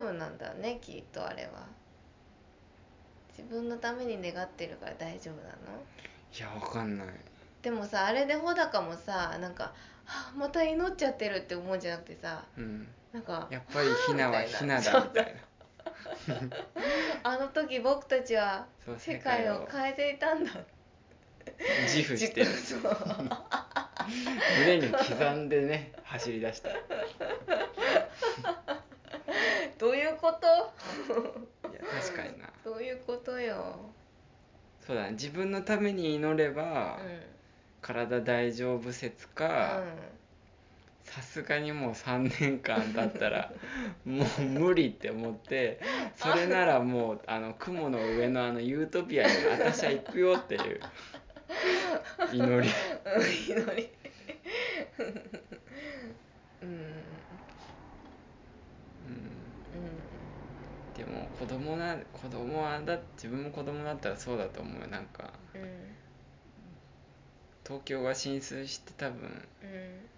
なんだねきっとあれは自分のために願ってるから大丈夫なのいやわかんないでもさあれで穂高もさなんかはあまた祈っちゃってるって思うんじゃなくてさうんなんかやっぱりヒナはヒナだみたいな あの時僕たちはそう世界を変えていたんだ自負してるそう胸に刻んでね走り出したい どういうことや確かになどういうことよそうだね自分のために祈れうば、ん体大丈夫説うかんさすがにもう3年間だった らもう無理って思ってそれならもうあの雲の上のあのユートピアに私は行くよっていう祈りうん祈り うんうんうんでも子供な子供はだ自分も子供だったらそうだと思うよなんかうん東京が浸水して多分うん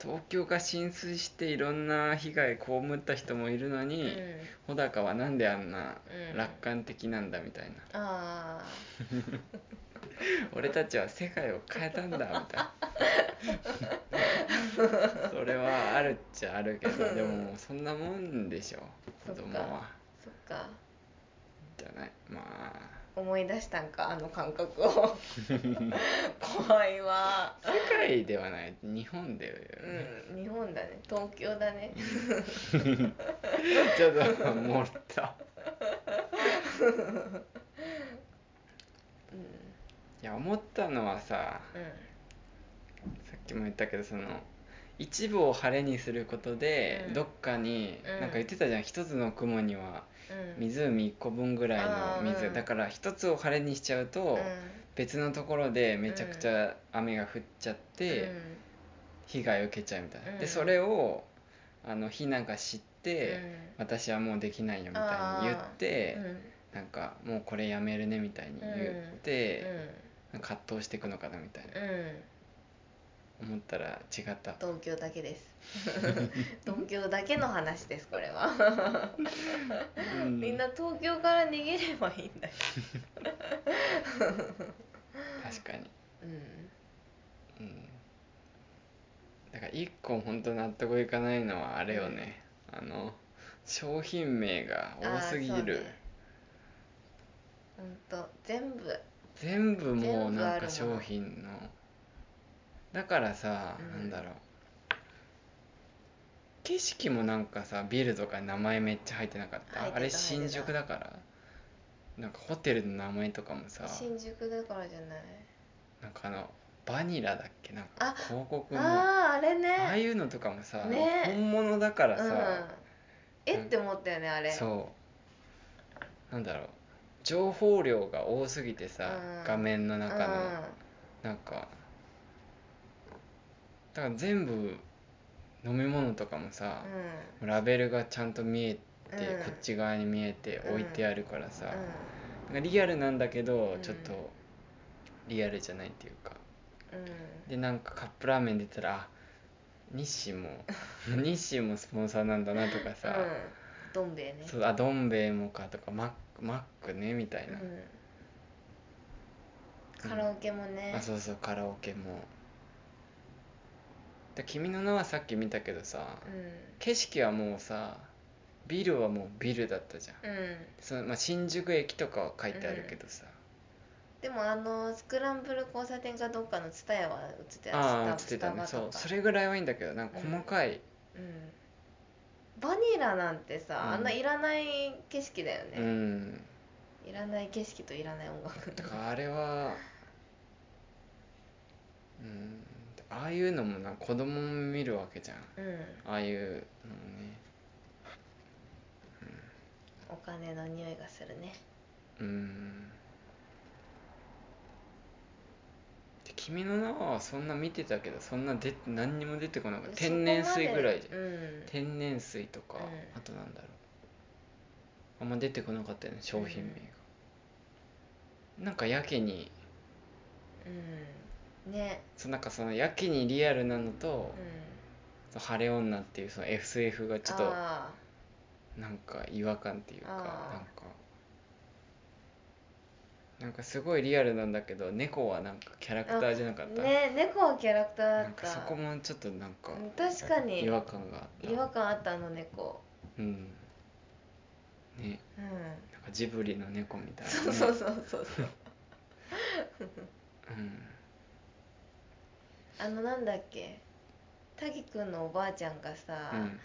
東京が浸水していろんな被害被った人もいるのうに、ん穂高はなんであんなうん楽観的なんだみたいな、ああ俺たちは世界を変えたんだ みたいなそれはあるっちゃあるけ どでももうそんなもんでしょそ子っか供はそっかじゃないま思い出したんかあの感覚を怖いわあ世界ではない日本でよね、うん日本だね東京だねちょっともったうんいや思ったのはさうんさっきも言ったけどその一部を晴れにすることで、うんどっかに、うんなんか言ってたじゃん一つの雲にはうん湖1個分ぐらいの水、あーうんだから一つを晴れにしちゃうと、う別のところでめちゃくちゃ雨が降っちゃっんて、被害を受けちゃうみたいな、うんでそれをあのひなが知っうんて、私はもうできないよみたいに言ってう、んなんかもうこれやめるねみたいに言って、なんか葛藤していくのかなみたいなうんうん思ったら違った東京だけです 東京だけの話ですこれはうんみんな東京から逃げればいいんだよ、確かに、うん、うん、だから一個本当納得いかないのはあれよね、あの商品名が多すぎあーそうる、ねほんと全部全部もう全部あるものなんか商品のだからさ、うんなんだろう景色もなんかさビルとか名前めっちゃ入ってなかった入ってたあ入れって新た宿だからなんかホテルの名前とかもさ新宿だからじゃないなんかあのバニラだっけなんかあ広告のああーあれねあいうのとかもさ、ね本物だからうんさ、、えって思ったよねあれそうなんだろう情報量が多すぎてさ、うん画面のうん中の、なんかだから全部飲み物とかもさ、ラベルがちゃんと見えて、うんこっち側に見えてうん置いてあるからさ、うなんかリアルなんだけど、うんちょっとリアルじゃないっていうかんうんでなんかカップラーメン出たらあ日清も 日清もスポンサーなんだなとかさ、うん、どん兵衛ねそうあどん兵衛もかとかマックマックねみたいな、うん、カラオケもね、あそうそうカラオケもで君の名はさっき見たけどさ、う景色はもうさビルはもうビルだったじゃんん、うん、その、まあ、新宿駅とかは書いてあるけどさ、でもあのスクランブル交差点かどっかのツタヤは映ってたああ映っスタてたねスタそバうとかそれぐらいはいいんだけどなんか細かい、うん、バニラなんてさ、うんあんないらない景色だようんね、いらない景色といらない音楽だからあれはうんああいうのもな子供も見るわけじゃんうんああいうのもねお金の匂いがするねうんで君の名はそんな見てたけどそんなで何にも出てこなかった天然水ぐらいじそゃんこまでうん天然水とか、うんあとなんだろうあんま出てこなかったよね商品名が、なんかやけにうんねそうなんかそのやけにリアルなのとうん「その晴れ女」っていうその SF がちょっとあなんか違和感っていうかなんあーかなんかすごいリアルなんだけど猫はなんかキャラクターじゃなかった、ね猫はキャラクターだなんっかたそこもちょっとなんかうん確かに違和感があった違和感あったあの猫うんねうんなんかジブリの猫みたいなね、そうそうそうそうそううんあのなんだっけ滝くんのおばあちゃんがさ、うん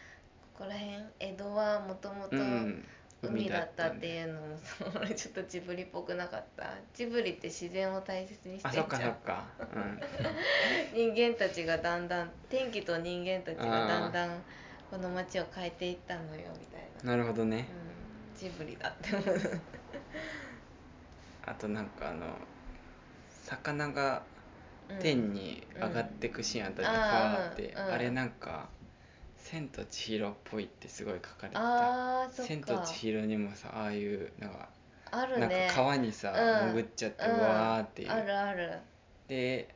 ここら辺江戸はもともとうん海だったってういうのもさ、 俺ちょっとジブリっぽくなかったジブリって自然を大切にしてあんそっかじそゃんっか、人間たちがだんだん天気と人間たちがだんだんこの街を変えていったのよみたいうん、な、なるほどうんね、ジブリだって思うあとなんかあの魚が天に上がってくシーンあったじゃん、うんパーって、うんうんあれなんか「千と千尋っぽい」ってすごい書かれてたあー「そっか千と千尋」にもさああいうなんか,、あるなんかね川にさ、うん潜っちゃって、うんわーっていうあるあるで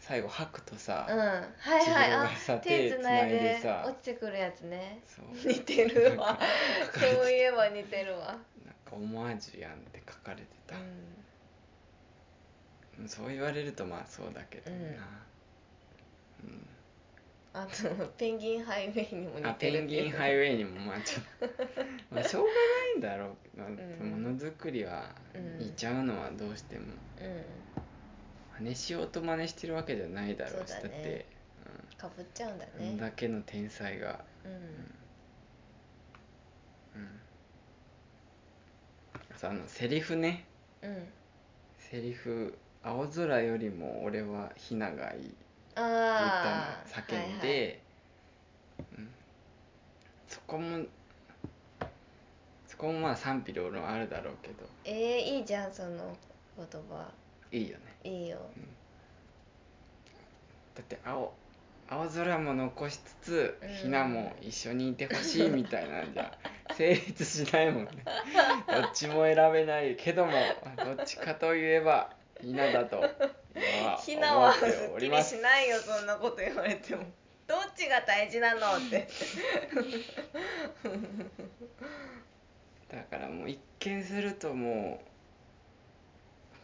最後吐くとさ、うんはいはい自分あがさ手手つない繋いででさ落ちてくるやつねそう似てる わなんかそういえば似てるわ、なんかオマージュやんって書かれてうた、ん、うんそう言われるとまあそうだけどな、うんあとペンギンハイウェイにも似あてペるンっていうギンハイウェイにもまあちょ っとまあしょうがないんだろうけど、うんものづくりはうん似ちゃうのはどうしてもうん真似しようと真似してるわけじゃないだろうしそうだだっねて、かぶっちゃうんだねうん、あんだけの天才が、うんうん、あとあのセリフねうんセリフ「青空よりも俺はひながいい」って言ったああの叫んで、うん、そこもそこもまあ賛否両論あるだろうけどはいはい、えー、いいじゃんその言葉いいよねいいよだって青青空も残しつうんつひなも一緒にいてほしいみたいなんじゃ 成立しないもんねどっちも選べないけどもどっちかといえばひなだと今はひなは思すってっおきりりますしないよそんなこと言われてもどっちが大事なのってだからもう一見するとも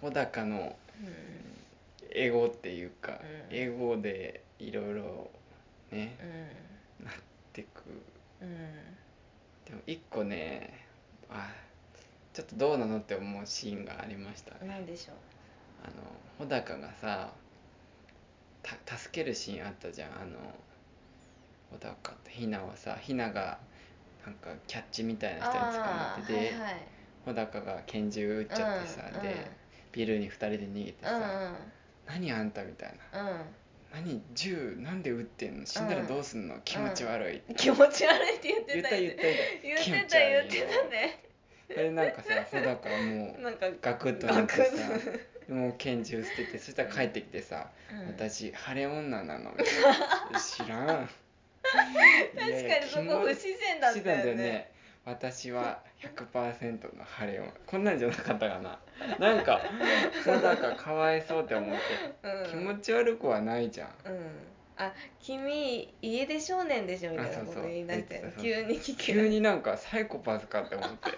う穂高のうエゴっていうか、うんエゴでいろいろねんなってくうんでも一個ねあちょっとどうなのって思うシーンがありましたうんなんでしょうあの穂高がさた助けるシーンあったじゃんあの穂高とひなはさひながなんかキャッチみたいな人に捕まってて、あーはいはい穂高が拳銃撃っちゃってさ、うんでうんビルに2人で逃げてさ「う何あんた」みたいな「んうん何銃なんで撃ってんの死んだらどうすんの、気持ち悪い」うん気持ち悪いって言って言ったた言った言言ったってた言ってたねねそれなんかさ穂高はもうなんかガクッとなってさガクもう拳銃捨ててそしたら帰ってきてさうん私晴れ女な のみたいな知らんいや確いかやに気そこ不持自ち然だったよね私は100%の晴れ女こんなんじゃなかったかななんか穂高かわいそうって思って、うん気持ち悪くはないじゃんうんあ君家出少年でしょみたいなこと言い出してあそうそう急に聞急くになんかサイコパスかって思って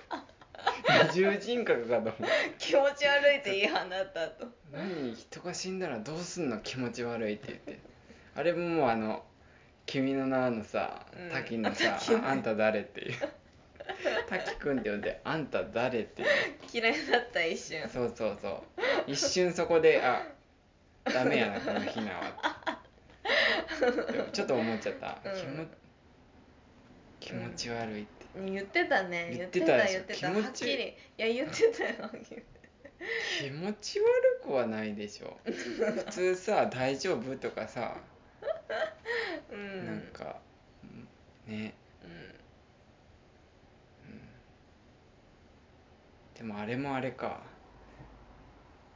二重人格かと思って 気持ち悪いって言い放ったと何人が死んだらどうすんの気持ち悪いって言ってあれももうあの「君の名」のさうん滝のさ、あ「あんた誰?」っていう滝くんって呼んで「あんた誰?」っていう嫌いだった一瞬そうそうそう一瞬そこで「あダメやなこのひなは」ってちょっと思っちゃった、うん気も気持ち悪いって、言ってたね言言っっててたたでし言ょってた気持はっちきりいや言ってたよ気持ち悪くはないでしょ普通さ「大丈夫?」とかさうなんんかねでもあれもあれか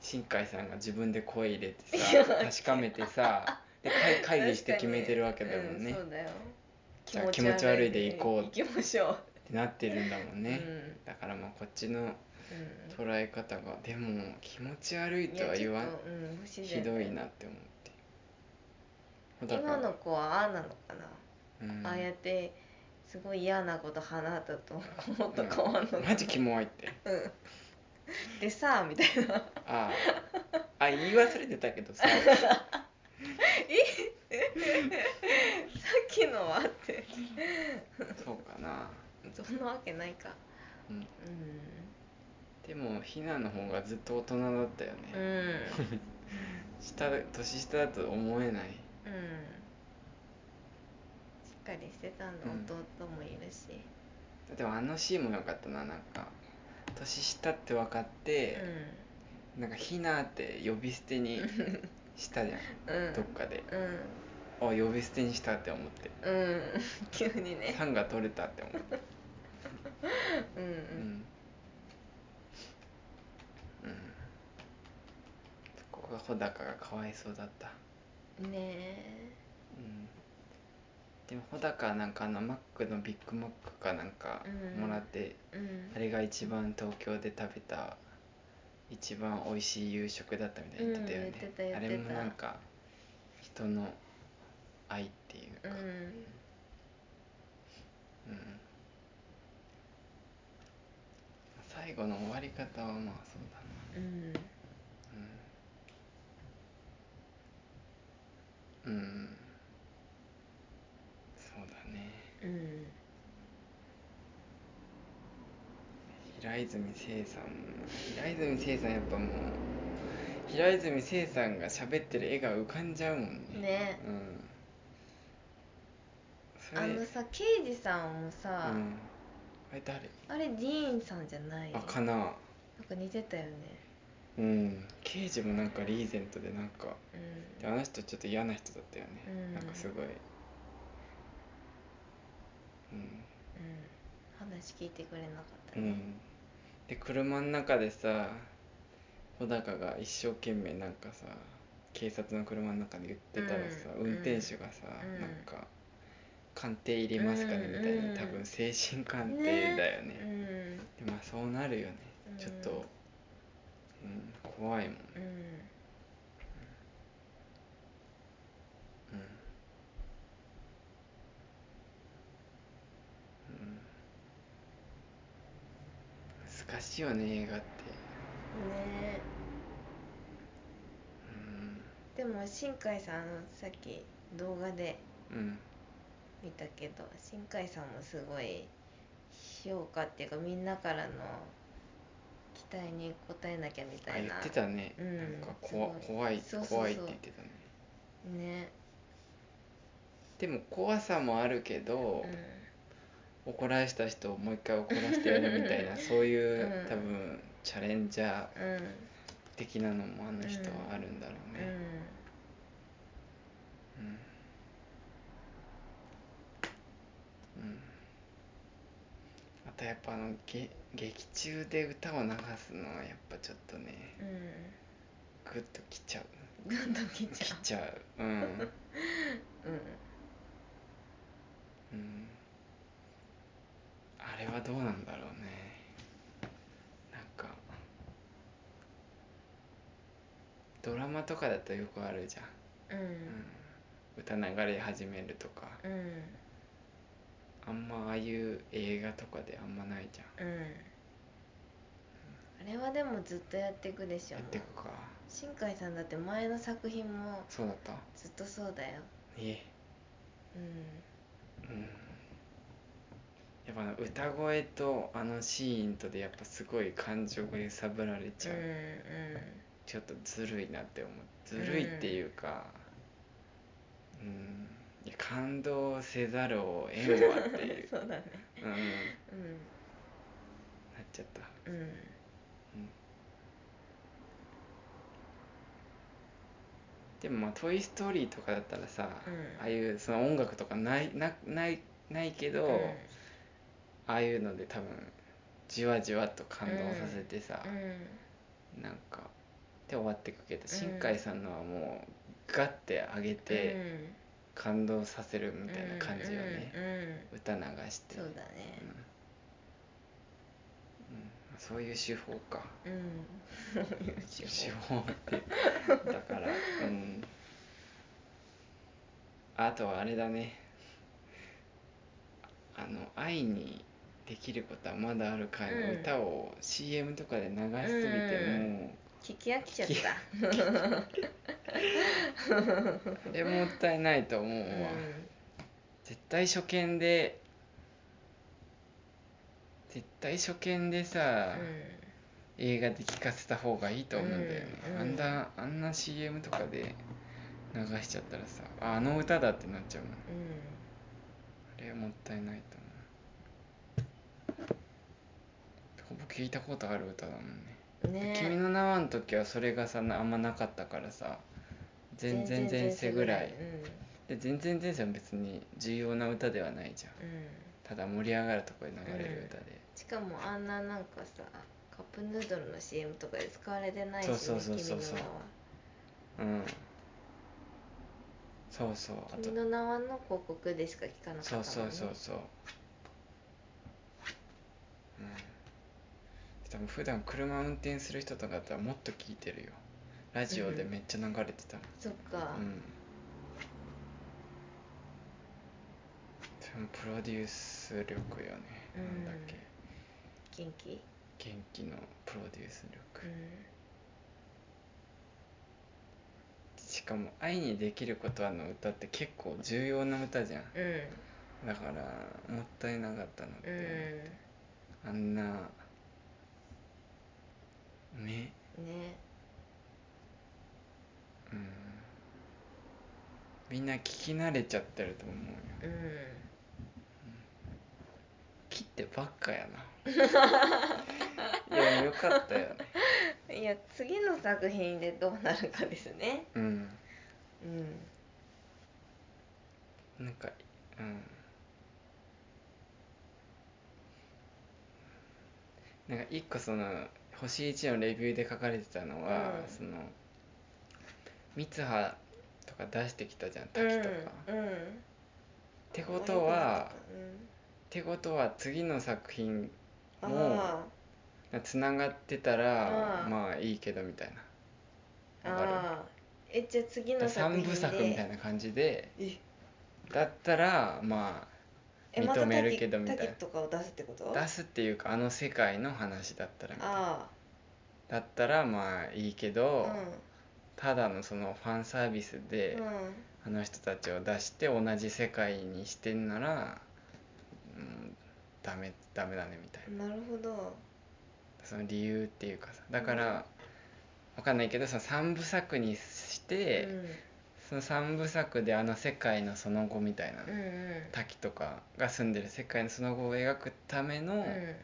新海さんが自分で声入れてさ確かめてさで会会議して決めてるわけだもん確かにね、うんっそうだよじゃあ気持ち悪いで行こう行きましょてなってるんだもんうね、うんだからまあこっちのうん捉え方がでも気持ち悪いとは言わんやちょっとうん不自然ひどいなって思って今の子はああなのかな、うんああやってすすごい嫌なこと放ったともっと変わんの、マジキモいってうん、でさみたいなあああ言い忘れてたけどささっきのはってそうかな、そんなわけないかうん、うでもひなの方がずっと大人だったよんうね、ん、下年下だと思えないうん、しっかりしてたんだ、うん弟もいるしでもあのシーンも良かったななんか年下って分かって、なんか「ひな」って呼び捨てにしたじゃん、 うんうんどっかでうんあ呼び捨てにしたって思ってうん急にね酸が取れたって思ってうんううんん、うん、そこが穂高がかわいそうだったねえうんでも穂高はなんかあのマックのビッグマックかなんかうんもらって、うんあれが一番東京で食べた一番美味しい夕食だったみたいに言ってたよねうん、言ってた言ってたあれもなんか人の愛っていううか、んうん最後の終わり方はまあそうだうんなうん、うん、そうだねうん平泉成さん平泉成さんやっぱもう平泉成さんが喋ってる絵が浮かんじゃうもんねねうんそれあのさ刑事さんもさ、うん、あれ誰あれディーンさんじゃないなあんかかな似てたよねうん刑事もなんかリーゼントでなんかでうあの人ちょっと嫌な人だったよね、うんなんかすごいん、うんうん、話聞いてくれなかったうねん、で車の中でさ穂高が一生懸命なんかさ警察の車の中で言ってたらさ、うん運転手がさ、うんなんか「鑑定いりますかね」みたいな、うん多分精神鑑定だよねうんでまあそうなるよね、うんちょっと、うん、怖いもん、うんうんうん、難しいよね映画ってねうんでも新海さんあのさっき動画でうん見たけど新海さんもすごい評価っていうかみんなからの期待に応えなきゃみたあい言なってたね、うんなんか怖すごい怖いそうそうそう怖いって言ってたねねでも怖さもあるけうど、ん怒らした人をもう一回怒らしてやるみた いなそういう、うん多分チャレンジャーうん的なのもあの人はあるんだろううね、んうんうんあとやっぱあのげ劇中で歌を流すのはやっぱちょっとねうんグッときちゃうグッときちきゃうちゃうううんんうんあれはどうなんだろうねなんかドラマとかだとよくあるじゃうんん、うん、歌流れ始めるとかうんあんまああいう映画とかであんまないじゃうんあれはでもずっとやっていくでしょんやってくか新海さんだって前の作品もそうだったずっとそうだよえうんうんやっぱあの歌声とあのシーンとでやっぱすごい感情が揺さぶられちゃう、うんちょっとずるいなって思うずるいっていうかうん、いや感動せざるを得んわってういん う、そうだねうん、なっうちゃった、んうんうん、でもまあ「トイ・ストーリー」とかだったらさ、うんああいうその音楽とかないなないないけど、ああいうので多分じわじわと感動させてさ、うんなんかで終わってくけどん新海さんのはもうガッて上げて感動させるみたいな感じよね、うんうん歌流してそうだうねんうんそういう手法かうん手法ってだからうんあとはあれだねあの愛にできることはまだあるかいのうん歌を CM とかで流しすぎてうんも聞き飽きちゃっ聞きたうあれもったいないと思うわ、う絶対初見で絶対初見でさ、ん映画で聞かせた方がいいと思うんだよね、うんうんあんなあんな CM とかで流しちゃったらさああの歌だってなっちゃうもんあうんれはもったいないと思うほぼ聞いたことある歌だもんねうんね君の名は」の時はそれがさなあんまなかったからさ「全然前世」ぐらいで「全然前世」は別に重要な歌ではないじゃんうん、うん、ただ盛り上がるとこで流れる歌で、しかもあんななんかさカップヌードルの CM とかで使われてないし、ね、そうそうそうそうそううんそうそうあと君の名は君の名はの広告でしか聞かなかったそもん、うね、そうそうそう、うん、でも普段車運転する人とかだったらもっと聞いてるよラジオでめっちゃ流れてたもんそっか、うんそのプロデュース力よね、うんなんだっけ元気元気のプロデュースう力、んしかも「愛にできることは」の歌って結構重要な歌じゃんうんだからもったいなかったのってうん思って、あんなねねうんみんな聞き慣れちゃってると思うようん切ってばっかや ないやよかったよねいや次の作品でどうなるかですねうんうんなんかうんなんか一個その星1のレビューで書かれてたのは、うんその三葉とか出してきたじゃん滝とか、っうん、うん、ってことはってことは次の作品うん、もうあつながってたら、うんまあいいけどみたいあなわかああえじゃあ次るの作3品で部作みたいな感じでえだったらまえまた認めるけどタキみたいなタキとかを出すってことあ出すっていうかあの世界の話だったらみたいなあだったらまあいいけあど、うただのそのファンサービスでん、うん、あの人たちを出して同じ世界にしてんなら、うん、ダメダメだねみたいななるほどその理由っていうかさだから、わかんないけどその3部作にして、その3部作であの世界のその後みたいな、うんうんうん滝とかが住んでる世界のその後を描くための、うん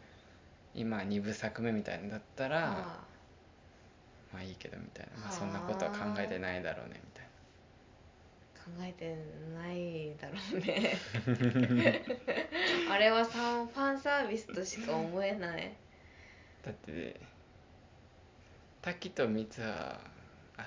今2部作目みたいなのだったら、あまあいいけどみたいな、まあ、はあそんなことは考えてないだろうねみたいな考えてないだろうね あれはさファンサービスとしか思えないだって滝と三葉